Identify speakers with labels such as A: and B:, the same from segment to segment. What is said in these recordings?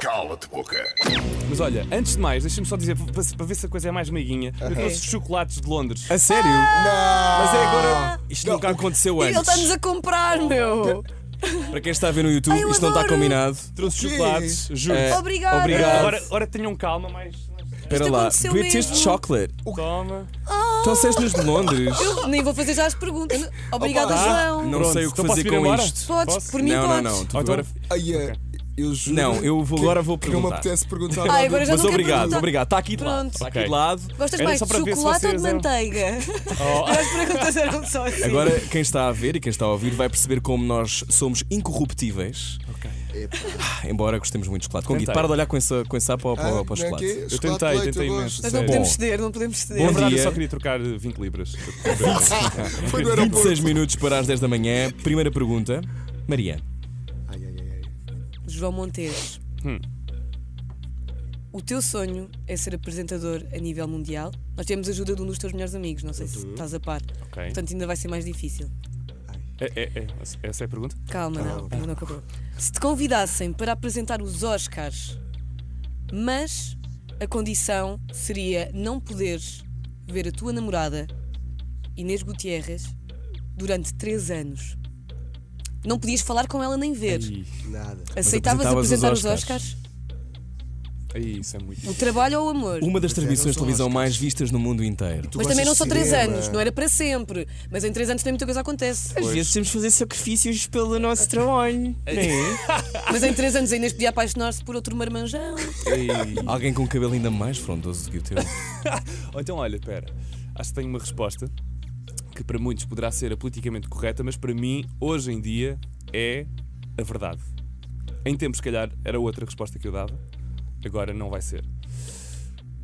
A: Cala-te boca.
B: Mas olha, antes de mais, deixa-me só dizer, para, para ver se a coisa é mais meiguinha, eu trouxe chocolates de Londres.
C: A sério?
B: Mas é agora. Isto nunca aconteceu
D: Ah. Ele
B: antes.
D: está-nos a comprar, meu.
C: Para quem está a ver no YouTube,
D: Ai, eu
C: isto não está
D: adoro.
C: combinado.
B: Trouxe chocolates, juro.
C: É,
D: Obrigada.
C: Obrigado.
B: Agora, agora tenham calma, mas.
C: Espera
D: Isto
C: lá.
D: aconteceu
C: British
D: mesmo.
C: Chocolate.
B: Toma.
C: Trouxeste-nos de Londres.
D: Eu nem vou fazer já as perguntas. Obrigada,
E: Opa.
D: João.
C: Não
B: Pronto,
C: sei o que
B: então posso
C: fazer
B: ir
C: com
B: embora?
C: isto.
D: Podes,
B: Posso?
D: por mim
C: Não, não,
D: podes.
C: não. Tu
B: Ou então-
C: agora...
E: Ai, é, eu juro.
C: Não, eu vou-
E: que-
C: agora vou
E: que Não
C: perguntar.
E: me apetece perguntar.
D: Ai,
E: nada.
D: agora já
C: Mas
D: não quero
C: obrigado,
D: perguntar.
C: obrigado. Está aqui de lado.
D: Pronto.
C: Está aqui
B: Ok.
C: de lado.
D: Gostas
B: Era
D: mais
B: só
D: de
B: para ver se
D: chocolate ou de
B: vocês eram-
D: manteiga?
B: Oh,
D: As perguntas eram só assim.
C: Agora, quem está a ver e quem está a ouvir vai perceber como nós somos incorruptíveis. Ah, Embora gostemos muito de chocolate. Convido,
B: Tentei.
C: para de olhar com essa, com essa para, o-
E: Ah,
C: para, o- para o
E: não é
C: chocolate.
E: quê?
B: Eu
E: Chocolate
B: tentei,
E: de leite,
B: tentei
E: eu
B: imenso.
D: Mas
E: gosto.
D: não
B: Sério.
D: podemos ceder, não podemos ceder.
B: Na
C: Bom
B: verdade, eu
C: dia.
B: só queria trocar eh, 20 libras.
E: Foi no aeroporto.
C: 26 minutos para as 10 da manhã. Primeira pergunta. Maria,
E: Ai, ai, ai, ai.
D: João Montes.
B: Hum.
D: O teu sonho é ser apresentador a nível mundial? Nós temos a ajuda de um dos teus melhores amigos, não sei se estás a par.
B: Ok.
D: Portanto, ainda vai ser mais difícil.
B: É, é, é. Essa é a pergunta?
D: Calma, não, ainda não acabou. Se te convidassem para apresentar os Oscars, mas a condição seria não poderes ver a tua namorada, Inês Gutierrez, durante três anos. Não podias falar com ela nem ver.
B: Ih,
E: Nada.
C: apresentavas
D: Aceitavas
C: os
D: apresentar os
C: Oscars?
D: Oscars?
B: aí, isso é muito.
D: O trabalho ou o amor?
C: uma das
E: Mas eram
C: transmissões de
E: os
C: televisão
E: Oscars.
C: mais vistas no mundo inteiro.
E: Tu
D: Mas
E: gostas
D: também
E: de
D: não são três
E: cinema.
D: anos, não é? era para sempre. Mas em três anos também muita coisa acontece.
F: Às vezes temos de fazer sacrifícios pelo nosso trabalho.
C: É.
F: é?
D: Mas em três anos ainda podia apaixonar-se por outro marmanjão.
C: Alguém com um cabelo ainda mais frondoso do que o teu.
B: Ou então, olha, pera. Acho que tenho uma resposta que para muitos poderá ser a politicamente correta, mas para mim, hoje em dia, é a verdade. Em tempos, se calhar, era outra resposta que eu dava. Agora não vai ser.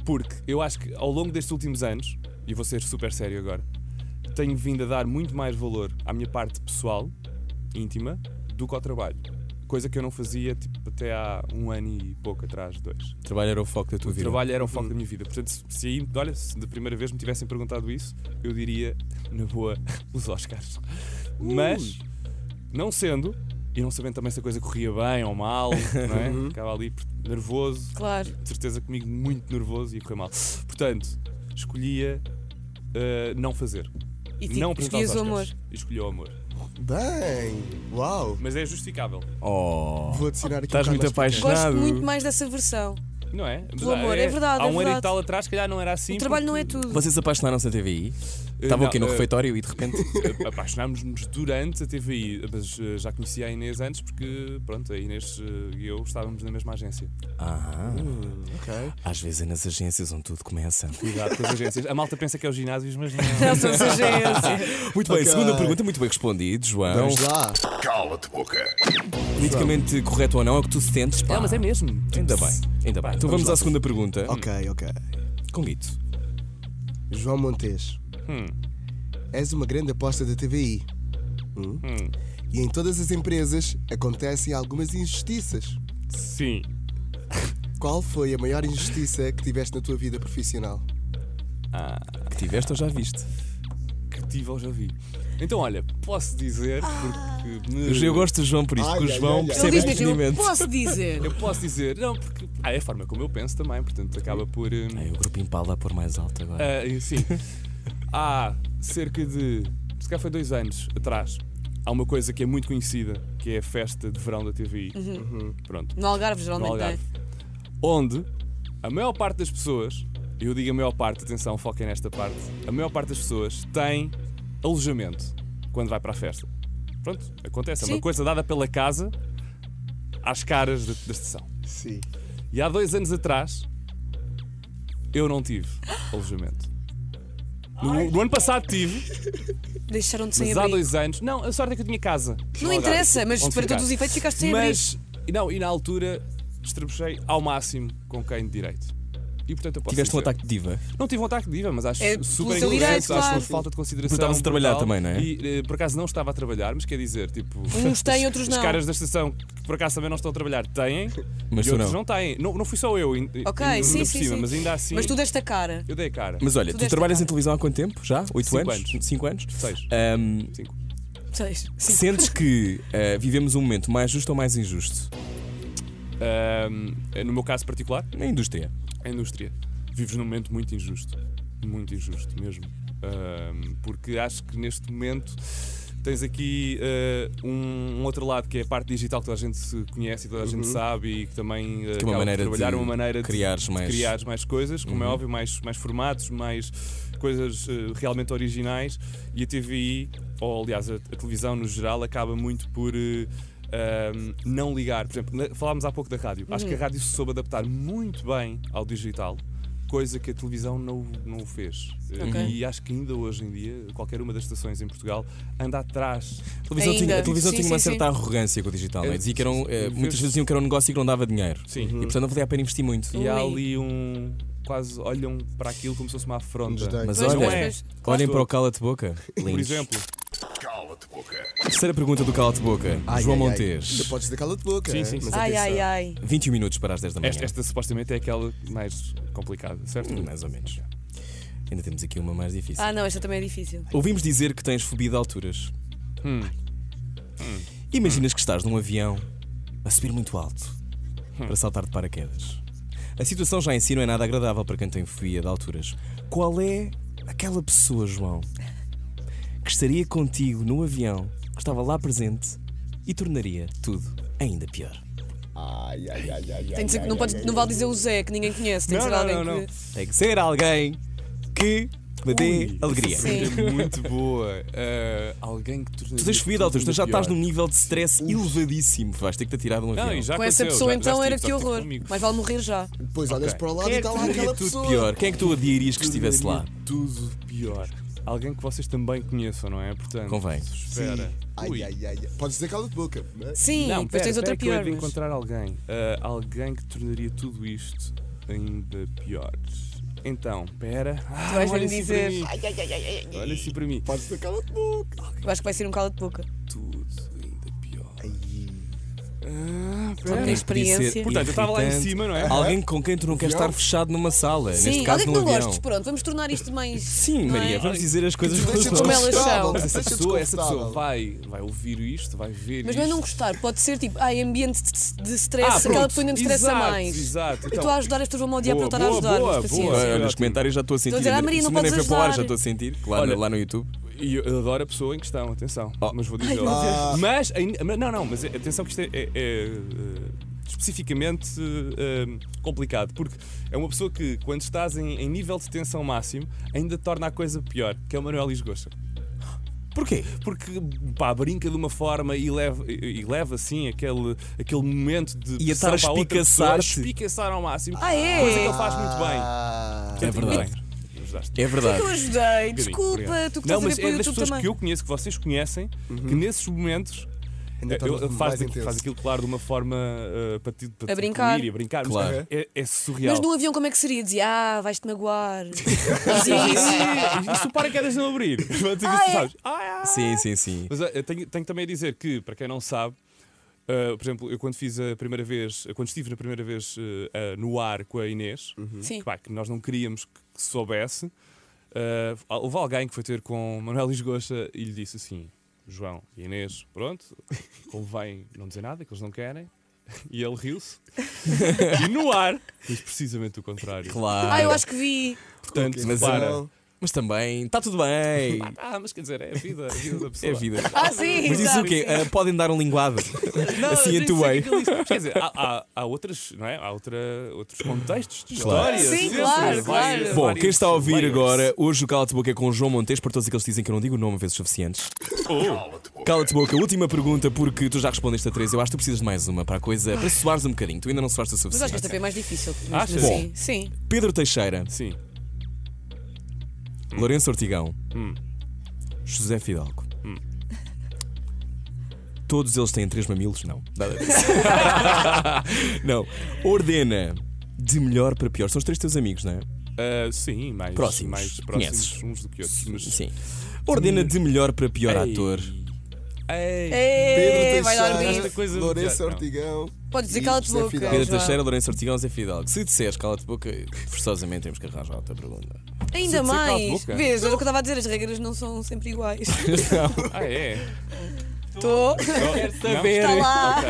B: Porque eu acho que ao longo destes últimos anos, e vou ser super sério agora, tenho vindo a dar muito mais valor à minha parte pessoal, íntima, do que ao trabalho. Coisa que eu não fazia tipo, até há um ano e pouco atrás, dois.
C: O trabalho era o foco da tua vida.
B: Trabalho era o foco da minha vida. Portanto, se- se aí, olha, se da primeira vez me tivessem perguntado isso, eu diria, na boa, os Oscars. Mas, não sendo, e não sabendo também se a coisa corria bem ou mal, não é? Ficava ali por- nervoso,
D: Claro.
B: de certeza comigo muito nervoso e ia correr mal. Portanto, escolhia ah, não fazer.
D: E ti-
B: não apresentar
D: escolhias
B: os
D: o amor.
B: Oscars. E Escolhi o amor.
E: Bem, uau.
B: Mas é justificável,
C: Oh.
E: Vou adicionar aqui um
C: Estás
E: o
C: muito
E: Carlos Pereira.
C: apaixonado. Nada.
D: Gosto muito mais dessa versão.
B: não é? Mas
D: Do amor, é verdade,
B: Há
D: é
B: um ano e
D: verdade.
B: tal atrás, se calhar não era assim.
D: o trabalho não é
B: porque-
D: tudo.
C: Vocês apaixonaram-se na TVI? Estavam
B: não,
C: aqui no
B: eh,
C: refeitório e de repente.
B: apaixonámos-nos durante a TVI, mas eh, já conhecia a Inês antes porque, pronto, a Inês eh, e eu estávamos na mesma agência.
C: Ah,
E: Ok.
C: às vezes é nas agências onde tudo começa.
B: Cuidado com as agências. A malta pensa que é os ginásios, mas não.
D: Não são agências.
C: Muito bem,
E: Ok.
C: segunda pergunta, muito bem respondido, João.
E: Vamos lá.
A: Cala-te boca.
C: Politicamente correto ou não, é o que tu sentes. Pá.
B: Não, mas é mesmo.
C: Ainda bem, ainda bem. Então vamos, à segunda pergunta.
E: Ok, ok.
C: Com Guito.
E: João Montes.
B: Hum.
E: És uma grande aposta da TVI. Hum?
B: Hum.
E: E em todas as empresas acontecem algumas injustiças.
B: Sim.
E: Qual foi a maior injustiça que tiveste na tua vida profissional?
C: Que tiveste ou já viste?
B: Que tive, eu já vi. Então, olha, posso dizer, porque.
C: Eu,
B: me-
C: eu gosto do João por isto,
E: Ai,
C: porque o
E: ai,
C: João
E: ai, ai.
D: Ele
C: percebe
D: diz
C: este
D: mesmo, eu
C: entendimento.
D: posso dizer.
B: Eu posso dizer, não, porque. Ah, é a forma como eu penso também, portanto acaba por. eh,
C: Ai, o grupo Impala a pôr mais alto agora.
B: Ah, e sim. Há cerca de. Se calhar foi dois anos atrás. Há uma coisa que é muito conhecida, que é a festa de verão da TVI.
C: Uhum.
B: Pronto.
D: No Algarve,
B: No
D: geralmente, é?
B: Algarve. Onde a maior parte das pessoas, e eu digo a maior parte, atenção, foquem nesta parte, a maior parte das pessoas tem alojamento quando vai para a festa. Pronto, acontece. É
D: Sim.
B: uma coisa dada pela casa às caras da, da estação.
E: Sim.
B: E há dois anos atrás eu não tive alojamento. No, no ano passado tive,
D: não é? Deixaram-te sem
B: mas há
D: abrir.
B: dois anos. Não, a sorte é que eu tinha casa.
D: Não
B: No Algarve,
D: interessa, mas
B: onde
D: para
B: ficar.
D: todos os efeitos ficaste sem abrir.
B: Mas, e não, e na altura estrebuchei ao máximo com quem de direito. E portanto eu posso
C: Tiveste um
B: dizer-
C: ataque de diva.
B: Não tive um ataque de diva, mas acho
D: É pelo
B: super
D: seu
B: incoerente,
D: direito,
B: acho
D: claro.
B: uma falta de consideração.
C: Porque estavas a trabalhar
B: brutal.
C: também, não é?
B: E eh, por acaso não estava a trabalhar, mas quer dizer, tipo.
D: Uns têm, outros
B: Os
D: não.
B: caras da estação que por acaso também não estão a trabalhar têm,
C: Mas
B: e
C: tu
B: outros
C: não.
B: não têm. Não, não fui só eu, in- in-
D: Ok,
B: ainda
D: sim,
B: por
D: sim,
B: cima,
D: sim.
B: mas ainda assim.
D: Mas tu deste a cara.
B: Eu dei a cara.
C: Mas olha, tu,
D: deste
C: trabalhas
D: a
C: em televisão há quanto tempo? Já? Oito
B: Cinco
C: anos?
B: anos.
C: Cinco anos?
B: Seis.
C: Ahm,
B: Cinco.
D: Seis.
C: Sentes que eh, vivemos um momento mais justo ou mais injusto?
B: Ahm, no meu caso particular,
C: Na indústria.
B: a indústria. Vives num momento muito injusto. Muito injusto mesmo. Ahm, porque acho que neste momento tens aqui eh, um, um outro lado que é a parte digital que toda a gente se conhece e toda a gente sabe e que também eh,
C: Uhum. Que é uma
B: acaba por
C: maneira de
B: trabalhar uma maneira de
C: criares mais-
B: criares mais coisas, como
D: Uhum.
B: é óbvio, mais, mais formatos, mais coisas eh, realmente originais e a TVI, ou aliás a, a televisão no geral, acaba muito por eh, ahm, não ligar. Por exemplo, na- falámos há pouco da rádio. Acho
D: Uhum.
B: que a rádio se soube adaptar muito bem ao digital. Coisa que a televisão não, não o fez. Eh,
D: Ok.
B: E acho que ainda hoje em dia, qualquer uma das estações em Portugal anda atrás.
C: A televisão,
D: Ainda.
C: tinha, a televisão
D: Sim,
C: tinha
D: sim,
C: uma
D: sim.
C: certa arrogância com o digital. não é?
B: Eu-
C: Dizia que era um, eh,
B: eu-
C: muitas vezes diziam que era um negócio que não dava dinheiro.
B: Sim. Uhum.
C: E portanto não valia a pena investir muito.
B: E há
D: Ui.
B: ali um. Quase olham para aquilo como se fosse uma afronta.
E: desdém.
C: Mas
D: Pois,
C: olha,
D: pois, pois.
C: olhem para o cala-te-boca.
B: Por exemplo,
A: Cala-te boca.
C: Terceira pergunta do cala-te-boca.
E: Ai,
C: João
E: ai, ai.
C: Montes.
E: Ainda podes dizer cala-te boca.
B: Sim, sim, sim.
E: Mas
D: Ai,
E: atenção.
D: ai, ai.
C: 21 minutos para as 10 da manhã.
B: esta, esta supostamente é aquela mais complicada, certo?
C: Hum, Mais ou menos. Ainda temos aqui uma mais difícil.
D: Ah, não, esta também é difícil.
C: Ouvimos dizer que tens fobia de alturas. Hum.
B: Hum.
C: Imaginas que estás num avião a subir muito alto
B: Hum.
C: para saltar de paraquedas. A situação já em si não é nada agradável para quem tem fobia de alturas. Qual é aquela pessoa, João, que estaria contigo no avião, que estava lá presente e tornaria tudo ainda pior?
E: Ai, ai, ai, ai,
D: Tem de ser,
E: ai,
D: não,
E: ai,
D: pode,
E: ai,
D: não vale dizer o Zé, que ninguém conhece. Tem de
B: Não,
D: ser
B: não,
D: alguém
B: não, não.
D: que.
C: Tem que ser alguém que me dê
B: Ui,
C: alegria.
D: Sim.
B: É muito boa. Ah, alguém que tornaria
C: Tu tens fobia de
B: tudo
C: alturas, tu já
B: pior.
C: estás num nível de stress elevadíssimo. Vais ter que te atirar de um avião.
B: Não, e já
D: Com essa
B: aconteceu, já-
D: pessoa
B: já
D: então
B: estive,
D: era
B: já
D: que
B: estive
D: horror.
B: comigo.
D: Mas vale morrer já.
E: Depois olhas para o lado
C: Quem
E: e
C: é que
E: está lá
C: tornaria
E: aquela
C: tudo
E: pessoa.
C: pior? Quem é que tu odiarias que estivesse lá?
B: Tudo pior. Alguém que vocês também conheçam, não é? Portanto,
C: Convém.
B: espera.
E: Ai,
B: Ui.
E: ai, ai, ai. Podes dizer cala-te boca. mas-
D: Sim,
B: Não,
D: depois
B: pera,
D: tens
B: pera
D: outra
B: que eu hei
D: pior.
B: de
D: mas-
B: encontrar alguém. Ah, alguém que tornaria tudo isto ainda pior. Então, pera. Ah,
D: vais
B: olha
D: me
B: assim
D: dizer.
B: para mim. Olha assim para mim.
E: Podes dizer cala-te boca.
D: Eu acho que vai ser um cala de boca.
B: Tudo ainda pior. Ah,
C: Alguém é
D: Alguém Ah, tem
C: que podia ser
D: experiência.
B: Portanto, eu estava lá em
C: irritante.
B: cima, não é?
C: Alguém com quem tu não queres
E: Avião?
C: estar fechado numa sala, neste
D: Sim,
C: caso
D: alguém que
C: num
D: não
C: avião.
D: gostes, pronto, vamos tornar isto mais.
C: Sim,
D: não é?
C: Maria, vamos dizer as coisas
E: Deixa
C: pelas
D: como elas
C: mãos.
E: desconfortável,
D: são.
B: Mas essa
E: deixa
B: pessoa, essa pessoa
E: desconfortável.
B: vai, vai ouvir isto, vai ver
D: Mas não
B: isto.
D: é não gostar, pode ser tipo, ai, ambiente de- de
B: Ah,
D: stress,
B: pronto.
D: aquela pessoa ainda me estressa
B: Exato,
D: mais.
B: Exato. Então,
D: Eu estou a ajudar, as pessoas vão-me odiar por eu
B: boa,
D: estar a
B: boa,
D: ajudar,
B: boa,
D: mas
B: boa.
D: paciência.
C: Olha,
B: Sim,
C: nos
B: ótimo.
C: comentários já estou a sentir.
D: dizer, ah, Maria,
C: se
D: não
C: nem
D: podes
C: foi para o ar,
D: ajudar.
C: já estou a sentir. Lá,
B: Olha.
C: lá no YouTube.
B: E eu eu adoro a pessoa em questão, atenção.
C: Oh.
B: Mas vou dizer.
E: Deus.
B: mas, ainda- mas- não, não, mas atenção que isto é, é- é, eh, especificamente eh, eh, complicado, porque é uma pessoa que, quando estás em, em nível de tensão máximo, ainda torna a coisa pior, que é o Manuel Lisgocha.
C: Porquê?
B: Porque pá, brinca de uma forma e leva, e e leva assim aquele, aquele momento de
C: E a estar a
B: pressão para outra pessoa,
C: espicaçar-te.
B: espicaçar ao máximo.
D: Ah, é?
B: Coisa que ele faz muito bem.
E: Ah,
C: É verdade.
B: Ajudaste.
C: É
D: Eu
C: verdade.
D: ajudei,
B: Um Bocadinho,
D: desculpa,
B: obrigado.
D: tu que
B: Não,
D: estás a
B: mas
D: ver pelo
B: é das
D: YouTube
B: pessoas
D: também.
B: que eu conheço, que vocês conhecem, que nesses momentos
E: Uhum. ainda
B: eh,
E: está
B: eu-
E: mais
B: faz, aqui-
E: intenso.
B: faz aquilo claro de uma forma eh, para te, para te
D: A brincar.
B: incluir e a brincar, mas
C: Claro.
B: é, é surreal.
D: Mas no avião como é que seria? Dizia, ah, vais-te magoar.
B: E- e- e se o paraquedas não é abrir, Vou dizer que
D: Ah,
B: tu
D: é?
B: sabes. Ah, ah.
C: Sim, sim, sim.
B: Mas eh, eu tenho, tenho também a dizer que, para quem não sabe, eh, por exemplo, eu quando fiz a primeira vez, eh, quando estive na primeira vez eh, eh, no ar com a Inês,
D: Sim.
B: que, pá, que nós não queríamos que que soubesse. Ah, houve alguém que foi ter com o Manuel Lisgocha e lhe disse assim: João e Inês, pronto, convém não dizer nada, que eles não querem. E ele riu-se. e no ar, disse precisamente o contrário.
D: Ah, eu
C: Claro.
D: acho que vi.
B: Portanto,
C: Mas,
B: para.
C: Mas também, está tudo bem.
B: Ah, mas quer dizer, é a vida, a vida da pessoa.
C: É vida.
D: Ah, sim,
C: Mas isso
D: exato,
C: o quê?
D: sim.
C: Ah, podem dar um linguado.
B: Não,
C: Assim,
B: eu
C: a tu
B: sei
C: way.
B: que aquilo diz- Quer dizer, há, há, há outras, não é? Há outra, outros contextos de
C: Claro.
B: histórias.
D: Sim,
B: sempre,
D: claro,
B: vários-
D: claro.
C: Bom,
B: vários
C: quem está a ouvir
B: layers.
C: agora, hoje o Cala-te Boca é com o João Montes, para todos aqueles que dizem que eu não digo o nome vezes suficientes.
A: Cala-te boca.
C: Cala-te boca, última pergunta, porque tu já respondeste a três. Eu acho que tu precisas de mais uma para a coisa, para soares um bocadinho. Tu ainda não soares o
D: Mas acho que
C: suficiente.
D: esta foi mais difícil. mesmo
B: Achas?
D: assim. Sim.
C: Pedro Teixeira, Hum.
B: Sim.
C: Lourenço Ortigão,
B: Hum.
C: José Fidalgo. Todos eles têm três mamilos? Não. Nada disso. não. Ordena de melhor para pior. São os três teus amigos, não é?
B: Ah, sim, mais
C: Próximos.
B: mais próximos
C: Conheces.
B: uns do que outros. Mas...
C: Sim. Ordena de melhor para pior
B: Ei.
C: ator.
B: Ei.
D: Ei,
E: Pedro
D: vai dar
E: Teixeira,
D: bife.
B: esta coisa-
E: Lourenço
B: Não.
E: Ortigão.
D: Podes dizer
E: e
D: cala-te
E: José
D: boca.
E: Fidalgo.
C: Pedro
D: João.
C: Teixeira, Lourenço Ortigão, Zé Fidalgo. Se disseres cala-te boca, forçosamente temos que arranjar outra pergunta.
D: Ainda
B: Se disser cala-te
D: mais.
B: boca.
D: Vês, era o que eu estava a dizer, as regras não são sempre iguais.
B: Ah, é?
D: Estou.
B: Quero
D: Está lá.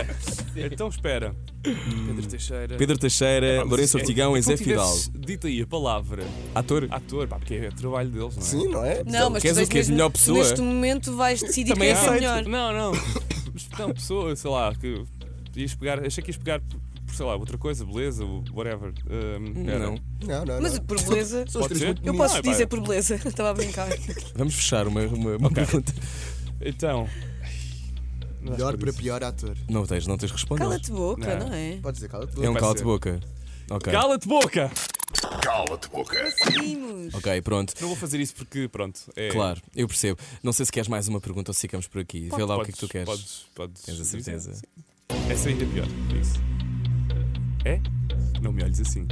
B: Então espera. Pedro Teixeira.
C: Hum. Pedro
B: É,
C: Teixeira, Lourenço Ortigão e
B: Se
C: Zé
B: não tivesses
C: Fidalgo.
B: Dito aí a palavra
C: Ator?
B: ator, pá, porque é o trabalho deles, não é?
E: Sim, não é?
D: Não, mas
C: queres
D: tu vais
C: o quê?
D: mesmo-
C: Melhor
D: tu
C: pessoa?
D: Neste momento vais decidir
C: Também
D: quem é que é
C: aceito.
D: melhor.
B: Não, não. Mas, Então, pessoa, sei lá, que ias pegar, achei que ias pegar por, por, sei lá, outra coisa, beleza, whatever. Hum, Ahm, pera.
C: Não.
E: Não, não,
D: Mas
E: não.
D: por beleza.
E: São
B: Pode
E: os três
B: ser?
E: muito
D: Eu
B: Não,
E: bonitos.
D: posso
B: é, pá.
D: dizer por beleza. Estava a brincar.
C: Vamos fechar uma, uma, uma pergunta.
B: Então. não dá
E: Melhor
B: por
E: para
B: isso.
E: pior ator.
C: Não tens, não tens respondido.
D: Cala-te boca,
B: Não.
D: não é?
E: Podes dizer, cala-te.
C: É um
B: Vai
C: cala de
B: ser.
C: boca. Ok.
B: Cala-te boca!
A: Cala-te boca.
D: Vimos.
C: Ok, pronto.
B: Não vou fazer isso porque, pronto. É,
C: Claro, eu percebo. Não sei se queres mais uma pergunta ou se ficamos por aqui. Vê lá o que é que tu queres.
B: Podes, podes.
C: Tens a
B: dizer.
C: certeza?
B: Essa ainda é pior. é Isso. É? Não me olhes assim.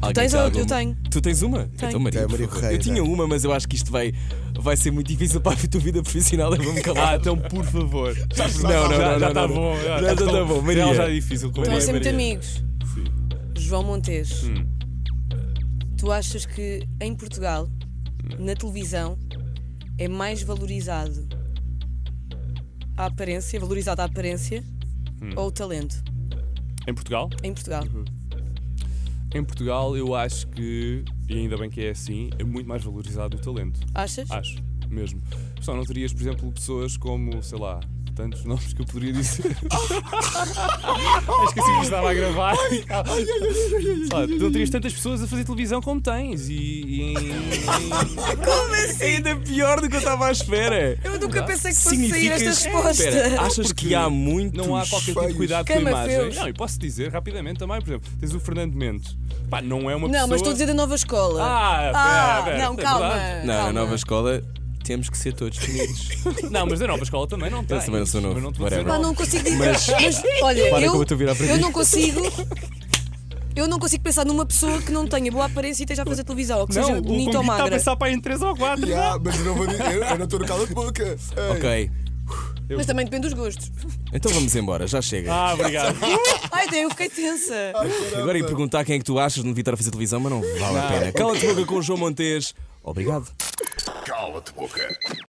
C: Alguém
D: Tens
C: tem
D: ou-
C: alguma?
D: eu tenho.
C: Tu tens uma? Então, Maria,
B: É,
C: por
E: Tem, Maria
C: favor.
E: Correia,
C: Eu tinha
E: tem.
C: uma, mas eu acho que isto vai, vai ser muito difícil para a tua vida profissional. Eu vou-me
B: Ah,
C: calar.
B: então por favor.
C: Não, não,
B: já,
C: não,
B: já
C: não,
B: tá
C: não.
B: bom. Já,
C: Já tá
B: tá
C: bom, Maria.
B: Já, já é difícil com
D: Estão a
B: Maria.
D: ser muito amigos.
B: Sim.
D: João Montes.
B: Hum.
D: Tu achas que em Portugal, na televisão, é mais valorizado a aparência, valorizada a aparência ou o talento?
B: Em Portugal?
D: Em Portugal.
B: Em Portugal eu acho que, e ainda bem que é assim, é muito mais valorizado o talento.
D: Achas?
B: Acho, mesmo. Só não terias, por exemplo, pessoas como, sei lá, tantos nomes que eu poderia dizer. acho que assim que estava a gravar. Sei lá, tu não terias tantas pessoas a fazer televisão como tens. E. e-
D: Como assim?
C: É Ainda pior do que eu estava à espera.
D: Eu nunca pensei que fosse sair
C: Significa
D: esta
C: isto-
D: resposta.
C: Espera, achas que há muito.
B: Não há qualquer tipo de
E: feios.
B: cuidado com a
D: Quem me
B: imagem.
D: fez?
B: Não, e posso dizer rapidamente também, por exemplo, tens o Fernando Mendes. Pá, não é uma pessoa.
D: Não, mas estou a dizer da nova escola.
B: Ah,
D: Ah,
B: pera, pera,
D: não,
B: é
D: calma.
B: verdade.
C: Não,
D: calma.
C: na nova escola temos que ser todos felizes.
B: Não, mas da nova escola também não tens.
C: também não sou novo,
B: Mas não te vou dizer
C: whatever.
D: Pá,
B: nomes.
D: não consigo dizer. Mas, olha,
C: Para
D: eu,
C: como eu estou a virar para
D: eu
C: mim.
D: não consigo. Eu não consigo pensar numa pessoa que não tenha boa aparência e esteja a fazer televisão, ou que
B: Não,
D: seja
B: o Conguito
D: bonita ou
B: está a
D: magra.
B: pensar para aí em 3 ou 4.
E: Yeah, mas eu não vou dizer, eu, eu não estou no cala-te-boca.
C: ok,
D: Mas também depende dos gostos.
C: então vamos embora, já chega.
B: Ah, obrigado.
D: Ai, tem, eu fiquei tensa.
C: Agora ia perguntar quem é que tu achas de evitar a fazer televisão, mas não vale a pena. Cala-te boca com o João Montes. Obrigado.
A: Cala-te boca.